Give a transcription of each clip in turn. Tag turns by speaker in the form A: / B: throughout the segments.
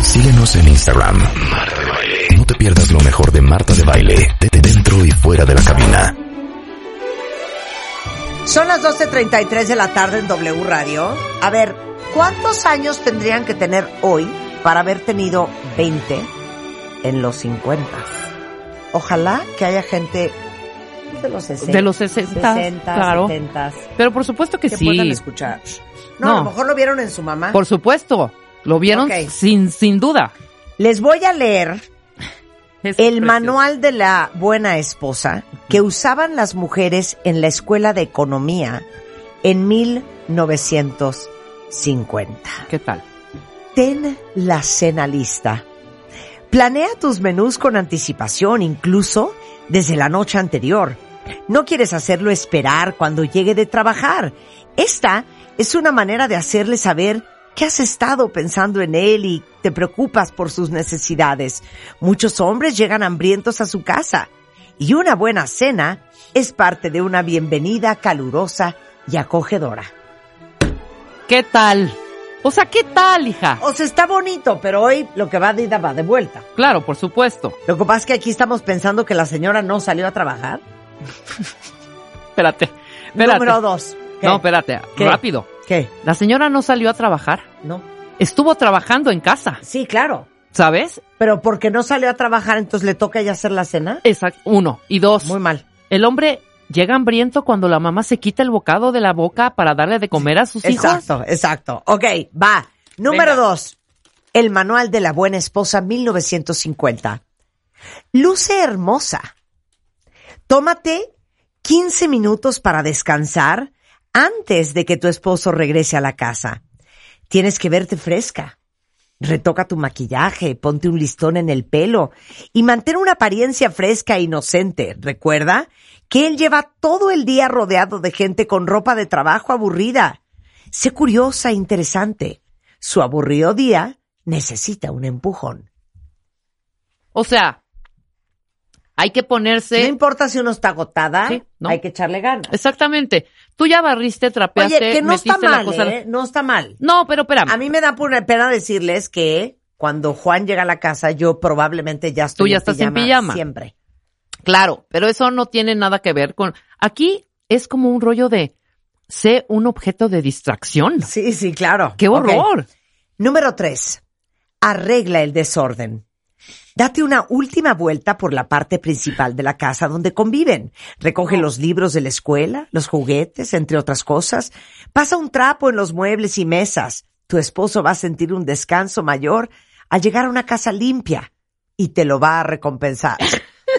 A: Síguenos en Instagram. Marta de Baile. No te pierdas lo mejor de Marta de Baile, de dentro y fuera de la cabina.
B: Son las 12.33 de la tarde en W Radio. A ver, ¿cuántos años tendrían que tener hoy para haber tenido 20 en los 50? Ojalá que haya gente de los 60.
C: De los 60, claro.
B: 70s,
C: Pero por supuesto que,
B: que puedan
C: sí.
B: escuchar. No, a lo
C: No.
B: mejor lo vieron en su mamá.
C: Por supuesto. Lo vieron
B: Ok.
C: sin, sin duda.
B: Les voy a leer
C: Es
B: el
C: precioso.
B: manual de la buena esposa que usaban las mujeres en la escuela de economía en 1950.
C: ¿Qué tal?
B: Ten la cena lista. Planea tus menús con anticipación, incluso desde la noche anterior. No quieres hacerlo esperar cuando llegue de trabajar. Esta es una manera de hacerle saber que has estado pensando en él y te preocupas por sus necesidades. Muchos hombres llegan hambrientos a su casa y una buena cena es parte de una bienvenida calurosa y acogedora.
C: ¿Qué tal? O sea, ¿qué tal, hija?
B: O sea, está bonito, pero hoy lo que va de ida va de vuelta.
C: Claro, por supuesto.
B: Lo que pasa es que aquí estamos pensando que la señora no salió a trabajar.
C: Espérate. espérate.
B: Número dos. ¿Qué?
C: No, espérate.
B: ¿Qué?
C: Rápido.
B: ¿Qué?
C: La señora no salió a trabajar.
B: No.
C: Estuvo trabajando en casa,
B: Sí, claro.
C: ¿sabes?
B: Pero porque no salió a trabajar, entonces le toca ya hacer la cena.
C: Exacto. Uno. Y dos.
B: Muy mal.
C: El hombre llega hambriento cuando la mamá se quita el bocado de la boca para darle de comer a sus hijos.
B: Exacto, exacto. Ok, va. Número
C: Venga.
B: dos. El manual de la buena esposa 1950. Luce hermosa. Tómate 15 minutos para descansar antes de que tu esposo regrese a la casa. Tienes que verte fresca. Retoca tu maquillaje, ponte un listón en el pelo y mantén una apariencia fresca e inocente. Recuerda que él lleva todo el día rodeado de gente con ropa de trabajo aburrida. Sé curiosa e interesante. Su aburrido día necesita un empujón.
C: O sea, hay que ponerse...
B: No importa si uno está agotada,
C: Sí, ¿no?
B: hay que echarle ganas.
C: Exactamente. Tú ya barriste, trapeaste,
B: Oye, que no
C: metiste
B: está
C: la
B: mal,
C: cosa.
B: ¿eh? No está mal.
C: No, pero espérame.
B: A mí me da pura pena decirles que cuando Juan llega a la casa, yo probablemente ya estoy
C: Tú ya estás en pijama.
B: Siempre.
C: Claro, pero eso no tiene nada que ver con. Aquí es como un rollo de sé un objeto de distracción.
B: Sí, sí, claro.
C: ¡Qué
B: Ok.
C: horror!
B: Número tres, arregla el desorden. Date una última vuelta por la parte principal de la casa donde conviven. Recoge los libros de la escuela, los juguetes, entre otras cosas. Pasa un trapo en los muebles y mesas. Tu esposo va a sentir un descanso mayor al llegar a una casa limpia y te lo va a recompensar.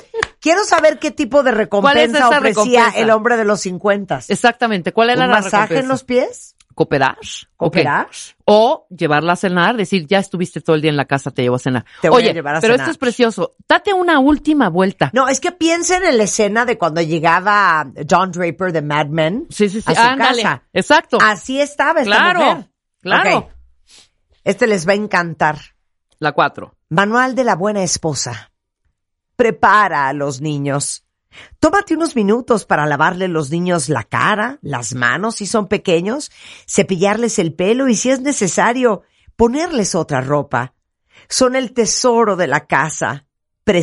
B: Quiero saber qué tipo de recompensa
C: esa
B: ofrecía
C: recompensa?
B: el hombre de los 50.
C: Exactamente. ¿Cuál
B: ¿Un
C: era la
B: masaje en
C: recompensa?
B: los pies?
C: Cooperar. Ok.
B: ¿Cooperar?
C: O llevarla a cenar, decir, ya estuviste todo el día en la casa, te llevo a cenar.
B: Te voy a
C: Oye,
B: llevar a
C: pero
B: cenar.
C: esto es precioso. Date una última vuelta.
B: No, es que piensen en la escena de cuando llegaba John Draper de Mad Men
C: Sí, sí, sí.
B: a su
C: Ándale.
B: casa.
C: Exacto.
B: Así estaba esta
C: Claro,
B: mujer.
C: claro.
B: Ok. Este les va a encantar.
C: La cuatro.
B: Manual de la buena esposa. Prepara a los niños. Tómate unos minutos para lavarle los niños la cara, las manos si son pequeños, cepillarles el pelo y si es necesario, ponerles otra ropa. Son el tesoro de la casa.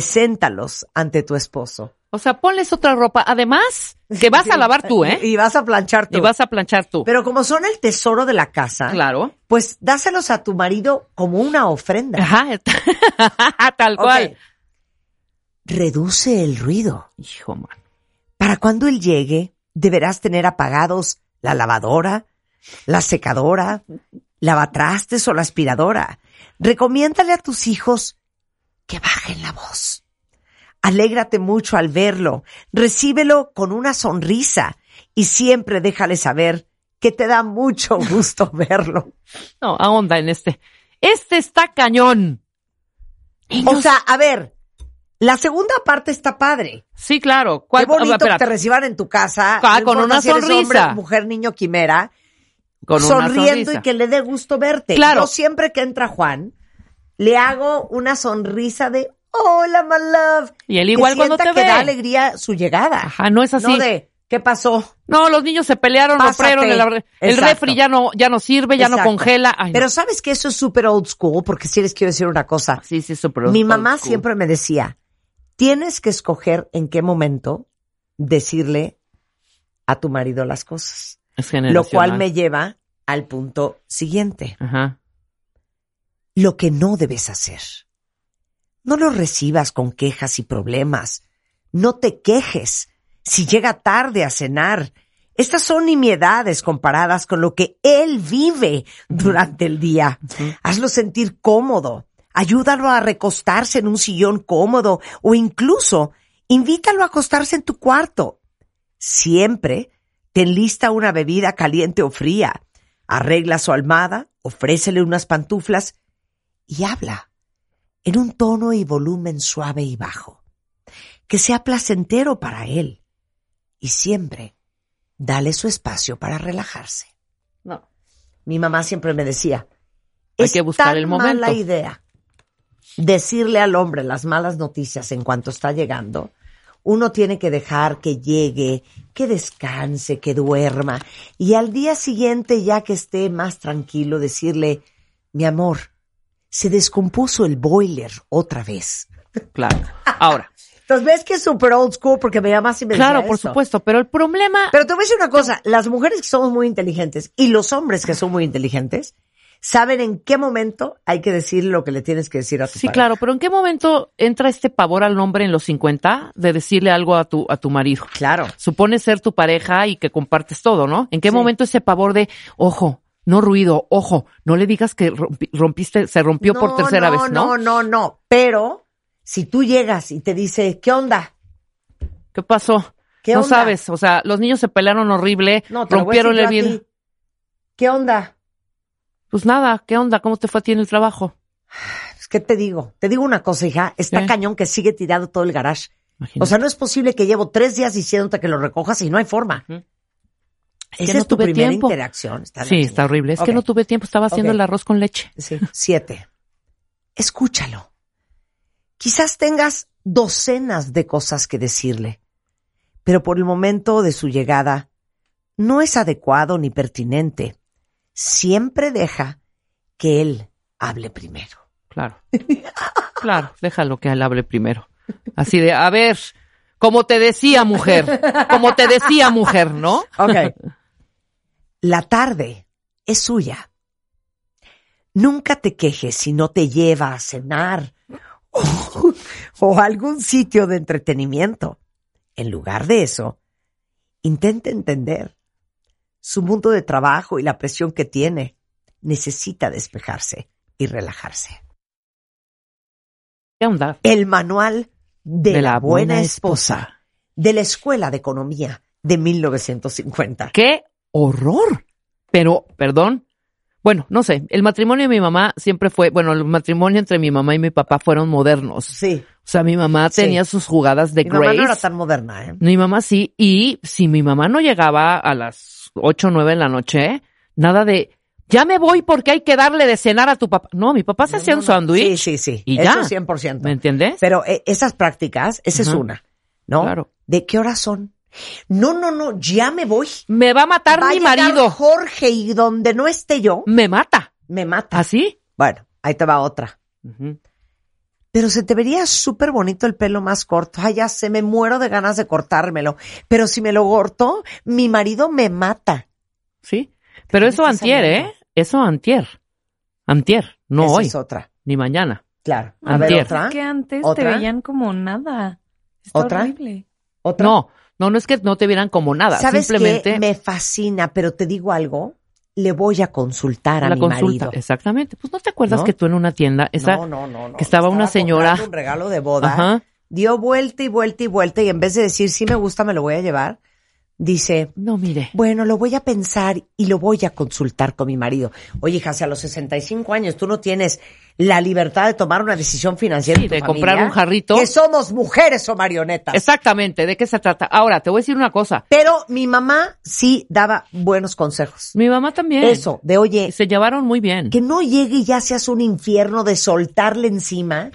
B: Preséntalos ante tu esposo.
C: O sea, ponles otra ropa. Además, que vas a lavar tú, ¿eh?
B: Y vas a planchar tú.
C: Y vas a planchar tú.
B: Pero como son el tesoro de la casa,
C: Claro.
B: pues dáselos a tu marido como una ofrenda.
C: Ajá, tal
B: Ok.
C: cual.
B: Reduce el ruido.
C: Hijo, man.
B: Para cuando él llegue, deberás tener apagados la lavadora, la secadora, lavatrastes o la aspiradora. Recomiéndale a tus hijos que bajen la voz. Alégrate mucho al verlo, recíbelo con una sonrisa y siempre déjale saber que te da mucho gusto verlo.
C: No, ahonda en este. Este está cañón.
B: O sea, a ver, la segunda parte está padre.
C: Sí, claro.
B: Qué bonito que
C: espérate,
B: te reciban en tu casa.
C: Ah,
B: no
C: con
B: importa
C: una
B: si eres hombre,
C: sonrisa.
B: mujer, niño, quimera.
C: con una
B: sonriendo y
C: sonrisa.
B: que le dé gusto verte.
C: Claro.
B: Yo siempre que entra Juan, le hago una sonrisa de hola, my love.
C: Y él igual
B: que
C: cuando
B: sienta
C: te
B: que
C: ve.
B: da alegría su llegada.
C: Ajá, Ah, no es así.
B: No de ¿qué pasó?
C: No, los niños se pelearon,
B: Pásate.
C: rompieron el, el
B: Exacto.
C: refri ya no, ya no sirve, ya no
B: Exacto.
C: congela. Ay,
B: Pero
C: no.
B: sabes que eso es súper old school, porque si les quiero decir una cosa.
C: sí, sí, súper
B: Mi
C: old
B: mamá
C: school.
B: siempre me decía, tienes que escoger en qué momento decirle a tu marido las cosas.
C: Es
B: Lo cual
C: generacional.
B: me lleva al punto siguiente.
C: Ajá.
B: lo que no debes hacer. No lo recibas con quejas y problemas. No te quejes si llega tarde a cenar. Estas son nimiedades comparadas con lo que él vive durante el día. Hazlo sentir cómodo. Ayúdalo a recostarse en un sillón cómodo o incluso invítalo a acostarse en tu cuarto. Siempre te enlista una bebida caliente o fría. Arregla su almada, ofrécele unas pantuflas y habla en un tono y volumen suave y bajo, que sea placentero para él. Y siempre, dale su espacio para relajarse.
C: No.
B: Mi mamá siempre me decía,
C: Hay
B: es
C: que buscar
B: tan
C: el momento".
B: mala idea decirle al hombre las malas noticias en cuanto está llegando. Uno tiene que dejar que llegue, que descanse, que duerma. Y al día siguiente, ya que esté más tranquilo, decirle, mi amor, se descompuso el boiler otra vez.
C: Claro. Ahora,
B: Entonces, ves que es super old school porque me llamas y me decía
C: claro, por
B: esto.
C: supuesto, pero el problema
B: Pero te voy a decir una cosa, las mujeres que somos muy inteligentes y los hombres que son muy inteligentes saben en qué momento hay que decir lo que le tienes que decir a tu
C: Sí,
B: pareja.
C: claro, pero ¿en qué momento entra este pavor al hombre en los 50 de decirle algo a tu, a tu marido?
B: Claro.
C: Supone ser tu pareja y que compartes todo, ¿no? ¿En qué
B: Sí.
C: momento ese pavor de, ojo, no ruido, ojo, no le digas que rompi- rompiste, se rompió por tercera vez,
B: No,
C: ¿no?
B: no, no. Pero si tú llegas y te dice, ¿qué onda?
C: ¿Qué pasó?
B: ¿Qué
C: no
B: onda?
C: sabes, o sea, los niños se pelearon horrible,
B: No, te lo voy a
C: rompieron el
B: decir yo a
C: vidrio.
B: ti. ¿Qué onda?
C: Pues nada, ¿qué onda? ¿Cómo te fue a ti en el trabajo?
B: Pues, ¿Qué te digo? Te digo una cosa, hija. Está
C: ¿Qué?
B: cañón que sigue tirado todo el garage.
C: Imagínate.
B: O sea, no es posible que llevo tres días diciéndote que lo recojas y no hay forma.
C: Ujú. que
B: Esa
C: no
B: es tu
C: tuve
B: primera
C: tiempo.
B: interacción. Está de
C: sí,
B: la
C: está
B: chingada.
C: horrible. Es
B: Ok.
C: que no tuve tiempo, estaba haciendo
B: Ok.
C: el arroz con leche.
B: Sí. Siete. Escúchalo. Quizás tengas docenas de cosas que decirle, pero por el momento de su llegada no es adecuado ni pertinente. Siempre deja que él hable primero.
C: Claro. Claro, déjalo que él hable primero. Así de, a ver, como te decía, mujer. Como te decía, mujer, ¿no?
B: Ok. La tarde es suya. Nunca te quejes si no te lleva a cenar o, o a algún sitio de entretenimiento. En lugar de eso, intenta entender su mundo de trabajo y la presión que tiene. Necesita despejarse y relajarse.
C: ¿Qué onda?
B: El manual de, la, buena esposa, de la Escuela de Economía de 1950.
C: ¡Qué horror! Pero, perdón. Bueno, no sé, el matrimonio de mi mamá siempre fue, bueno, el matrimonio entre mi mamá y mi papá fueron modernos.
B: Sí.
C: O sea, mi mamá
B: Sí.
C: tenía sus jugadas de
B: Mi mamá
C: Grace.
B: no era tan moderna, ¿eh?
C: Mi mamá sí, y si mi mamá no llegaba a las ocho o nueve de la noche, nada de ya me voy porque hay que darle de cenar a tu papá. No, mi papá se hacía un
B: Sí,
C: sándwich.
B: sí, sí.
C: Y
B: Eso
C: ya.
B: 100%.
C: ¿Me entiendes?
B: Pero eh, esas prácticas, esa es
C: Ajá.
B: una, ¿no?
C: Claro.
B: ¿De qué horas son? No, no, no, ya me voy.
C: Me va a matar
B: Va a
C: mi
B: llegar
C: marido.
B: Jorge y donde no esté yo,
C: Me mata.
B: me mata.
C: ¿Así?
B: Bueno, ahí te va otra. Pero se te vería súper bonito el pelo más corto. Ay, ya sé, me muero de ganas de cortármelo. Pero si me lo corto, mi marido me mata.
C: Sí. Pero eso
B: Tienes que
C: antier,
B: saberlo.
C: ¿eh? Eso antier. Antier. No
B: Esa
C: hoy,
B: es otra.
C: ni mañana.
B: Claro. A ver,
C: Antier.
B: otra.
D: Es que antes
B: ¿Otra?
D: te veían como nada. Está
B: ¿Otra?
D: horrible.
B: ¿Otra?
C: No, no, no es que no te vieran como nada.
B: ¿Sabes
C: Simplemente
B: qué? Me fascina, pero te digo algo. Le voy a consultar a
C: la
B: mi
C: consulta.
B: marido.
C: Exactamente. Pues no te acuerdas
B: ¿No?
C: que tú en una tienda, esa,
B: no, no, no, no.
C: que estaba una señora-
B: comprando Un regalo de boda.
C: Ajá.
B: Dio vuelta y vuelta y vuelta y en vez de decir sí me gusta, me lo voy a llevar, dice,
C: No, mire.
B: bueno, lo voy a pensar y lo voy a consultar con mi marido. Oye, hija, si a los 65 años tú no tienes la libertad de tomar una decisión financiera.
C: Sí,
B: en tu
C: de
B: familia,
C: comprar un jarrito.
B: Que somos mujeres o marionetas.
C: Exactamente, ¿de qué se trata? Ahora, te voy a decir una cosa.
B: Pero mi mamá sí daba buenos consejos.
C: Mi mamá también.
B: Eso, de oye,
C: Se llevaron muy bien.
B: que no llegue y ya seas un infierno de soltarle encima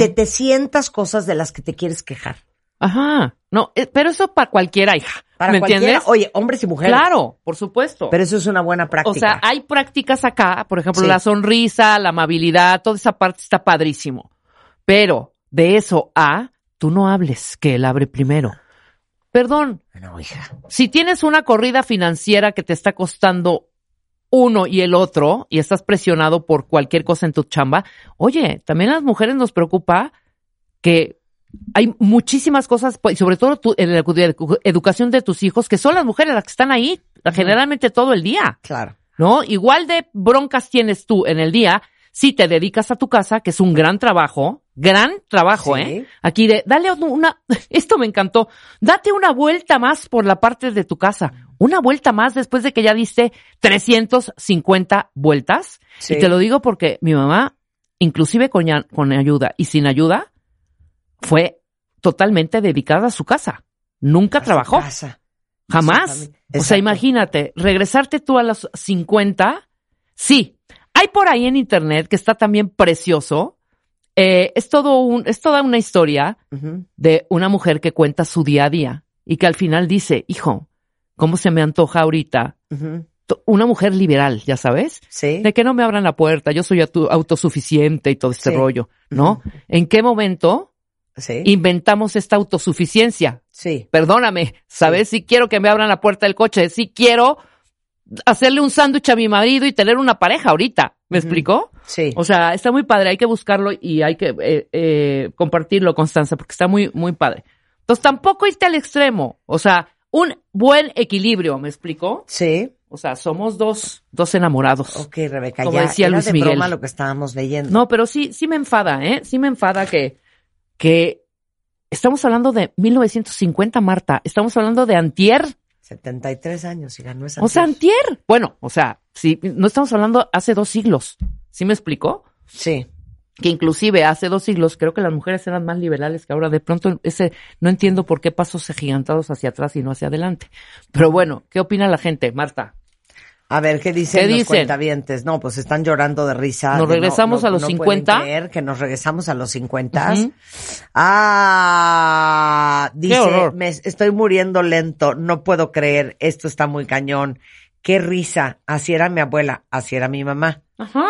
B: 700 cosas de las que te quieres quejar.
C: Ajá. No, eh, pero eso para cualquiera, hija.
B: Para
C: ¿Me
B: cualquiera,
C: entiendes?
B: oye, hombres y mujeres.
C: Claro, por supuesto.
B: Pero eso es una buena práctica.
C: o sea, hay prácticas acá, por ejemplo,
B: Sí.
C: la sonrisa, la amabilidad, toda esa parte está padrísimo. Pero de eso a, tú no hables, que él abre primero. Perdón,
B: No, hija.
C: si tienes una corrida financiera que te está costando uno y el otro y estás presionado por cualquier cosa en tu chamba, oye, también a las mujeres nos preocupa que hay muchísimas cosas, pues, y sobre todo tu- en la edu- educación de tus hijos, que son las mujeres las que están ahí generalmente todo el día,
B: Claro.
C: ¿no? Igual de broncas tienes tú en el día si te dedicas a tu casa, que es un gran trabajo, gran trabajo,
B: Sí.
C: ¿eh? Aquí de, dale una, esto me encantó, date una vuelta más por la parte de tu casa, una vuelta más después de que ya diste 350 vueltas.
B: Sí.
C: Y te lo digo porque mi mamá, inclusive con, ya- con ayuda y sin ayuda, fue totalmente dedicada a su casa. Nunca
B: A su
C: trabajó,
B: casa.
C: jamás.
B: Exactamente.
C: O
B: Exacto.
C: sea, imagínate, regresarte tú a los 50, sí. Hay por ahí en internet que está también precioso. eh, es todo un, es toda una historia
B: Ujú.
C: de una mujer que cuenta su día a día y que al final dice, hijo, ¿cómo se me antoja ahorita?
B: Ujú.
C: To- Una mujer liberal, ya sabes,
B: Sí.
C: de que no me abran la puerta, yo soy auto- autosuficiente y todo este
B: Sí.
C: rollo, ¿no? ¿En qué momento
B: Sí.
C: inventamos esta autosuficiencia?
B: sí.
C: Perdóname, ¿sabes? Si quiero que me abran la puerta del coche, si quiero hacerle un sándwich a mi marido y tener una pareja ahorita, ¿me
B: Ujú.
C: explicó?
B: Sí.
C: O sea, está muy padre, hay que buscarlo y hay que eh, eh, compartirlo, Constanza, porque está muy, muy padre. Entonces, tampoco irte al extremo. O sea, un buen equilibrio, ¿me explicó?
B: sí.
C: O sea, somos dos, dos enamorados.
B: Ok, Rebeca,
C: Como
B: ya
C: decía
B: era
C: Luis
B: de
C: Miguel.
B: broma lo que estábamos leyendo.
C: No, pero sí, sí me enfada, ¿eh? Sí me enfada que, que estamos hablando de 1950, Marta. Estamos hablando de antier.
B: 73 años, hija, no es
C: O sea,
B: antier.
C: antier. Bueno, o sea, sí, no estamos hablando hace dos siglos. ¿Sí me explicó?
B: Sí.
C: que inclusive hace dos siglos creo que las mujeres eran más liberales que ahora. De pronto ese no entiendo por qué pasos agigantados hacia atrás y no hacia adelante. Pero bueno, ¿qué opina la gente, Marta?
B: A ver, ¿qué dicen
C: ¿Qué
B: los
C: dicen?
B: cuentavientes? No, pues están llorando de risa.
C: ¿Nos
B: de no-
C: regresamos
B: no-
C: a los
B: no pueden
C: 50?
B: creer que nos regresamos a los 50.
C: Ujú.
B: Ah, dice,
C: horror.
B: me estoy muriendo lento, no puedo creer, esto está muy cañón. Qué risa, así era mi abuela, así era mi mamá.
C: Ajá.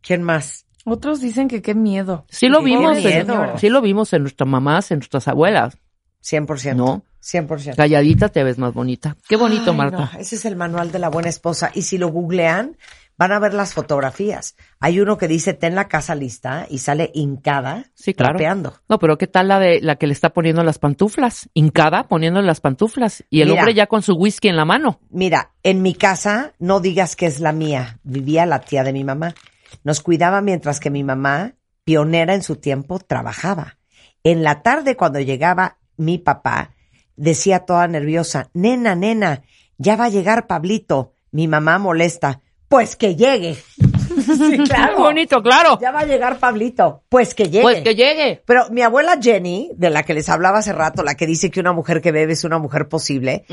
B: ¿Quién más?
D: Otros dicen que qué miedo.
C: Sí lo
B: Qué
C: vimos,
B: miedo.
C: en, sí lo vimos en nuestras mamás, en nuestras abuelas.
B: 100%.
C: No.
B: 100%.
C: Calladita te ves más bonita. Qué bonito,
B: Ay,
C: Marta.
B: no, ese es el manual de la buena esposa. Y si lo googlean, van a ver las fotografías. Hay uno que dice, ten la casa lista y sale hincada,
C: Sí, claro.
B: trapeando.
C: No, pero ¿qué tal la de la que le está poniendo las pantuflas? Hincada poniendo las pantuflas. Y el
B: Mira.
C: hombre ya con su whisky en la mano.
B: Mira, en mi casa, no digas que es la mía, vivía la tía de mi mamá. Nos cuidaba mientras que mi mamá, pionera en su tiempo, trabajaba. En la tarde, cuando llegaba mi papá, decía toda nerviosa, nena, nena, ya va a llegar Pablito. Mi mamá molesta, pues que llegue. sí,
C: Qué bonito, claro.
B: Ya va a llegar Pablito, pues que llegue.
C: Pues que llegue.
B: Pero mi abuela Jenny, de la que les hablaba hace rato, la que dice que una mujer que bebe es una mujer posible,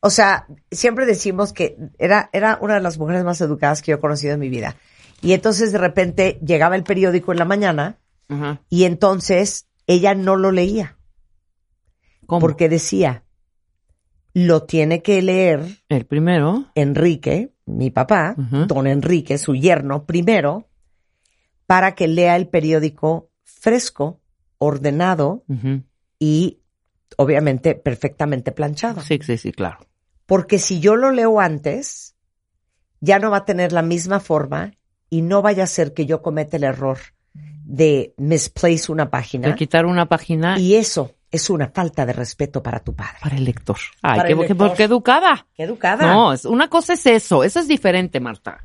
B: o sea, siempre decimos que era, era una de las mujeres más educadas que yo he conocido en mi vida. Y entonces de repente llegaba el periódico en la mañana
C: Ajá.
B: y entonces ella no lo leía
C: ¿Cómo?
B: porque decía, lo tiene que leer
C: el primero.
B: Enrique, mi papá,
C: Ujú.
B: don Enrique, su yerno, primero, para que lea el periódico fresco, ordenado
C: Ujú.
B: y obviamente perfectamente planchado.
C: Sí, sí, sí, claro.
B: Porque si yo lo leo antes, ya no va a tener la misma forma y no vaya a ser que yo cometa el error de misplace una página.
C: De quitar una página
B: Y eso es una falta de respeto para tu padre.
C: para el lector. Ay,
B: Para
C: qué,
B: el
C: qué-
B: lector.
C: qué educada.
B: ¡Qué educada!
C: No, es, una cosa es eso. Eso es diferente, Marta.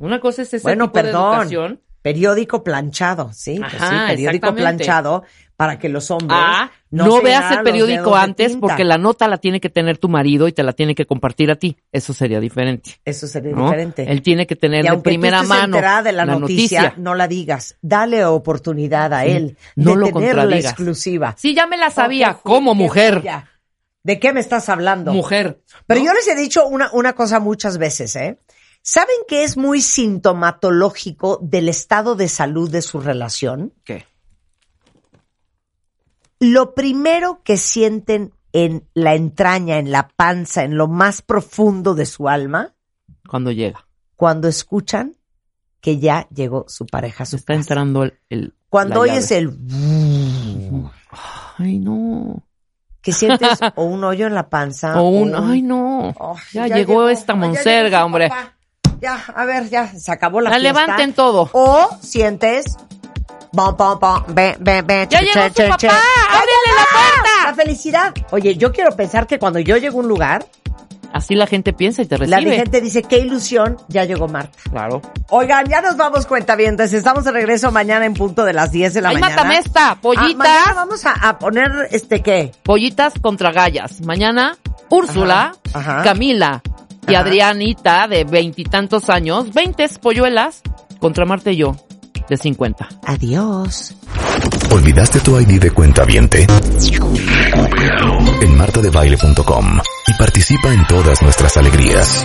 C: Una cosa es ese
B: Bueno,
C: tipo de
B: perdón.
C: educación.
B: Periódico planchado, sí, pues sí,
C: Ajá,
B: periódico
C: exactamente.
B: planchado para que los hombres
C: Ah, no,
B: se
C: veas
B: vean
C: el
B: los
C: periódico
B: dedos de
C: antes
B: tinta.
C: porque la nota la tiene que tener tu marido y te la tiene que compartir a ti. Eso sería diferente.
B: eso sería
C: ¿no?
B: diferente.
C: Él tiene que tener
B: y
C: de
B: aunque
C: primera
B: tú estés
C: mano
B: enterada de la, noticia, no la digas. Dale oportunidad a él
C: No
B: de
C: lo
B: tener la
C: contradigas.
B: exclusiva.
C: Sí, ya me la sabía.
B: Porque fui
C: Como mujer.
B: ella. ¿De qué me estás hablando?
C: Mujer.
B: Pero
C: ¿no?
B: yo les he dicho una, una cosa muchas veces, ¿eh? ¿Saben que es muy sintomatológico del estado de salud de su relación?
C: ¿Qué?
B: Lo primero que sienten en la entraña, en la panza, en lo más profundo de su alma,
C: Cuando llega.
B: cuando escuchan que ya llegó su pareja a su
C: Está
B: casa.
C: entrando el. el-
B: Cuando
C: la
B: oyes
C: llave.
B: el
C: Ay, no.
B: que sientes o un hoyo en la panza
C: O un. Ay, no.
B: Ah, Oh,
C: Ya llegó esta
B: Ay, ya
C: monserga,
B: llegó su
C: hombre.
B: papá. Ya, a ver, ya, se acabó la,
C: La
B: fiesta.
C: levanten todo.
B: O sientes. Bom, bom, bom, ve, ve, ve,
C: ¡Ya
B: che, che,
C: llegó su
B: che,
C: papá!
B: che.
C: ¡Ábrele la puerta!
B: La felicidad. Oye, yo quiero pensar que cuando yo llego a un lugar,
C: Así la gente piensa y te
B: la
C: recibe.
B: gente dice, qué ilusión, ya llegó Marta.
C: Claro.
B: Oigan, ya nos vamos cuenta Estamos de regreso mañana en punto de las 10 de la
C: Ay,
B: mañana.
C: mátame esta.
B: Ah, mañana
C: Pollitas.
B: vamos a, a poner este qué.
C: pollitas contra gallas. Mañana, Úrsula,
B: Ajá, ajá.
C: Camila y
B: Ajá.
C: Adrianita de veintitantos años, veintes polluelas contra Marte y yo de cincuenta.
B: Adiós.
A: ¿Olvidaste tu ID de cuenta viente? En martadebaile.com y participa en todas nuestras alegrías.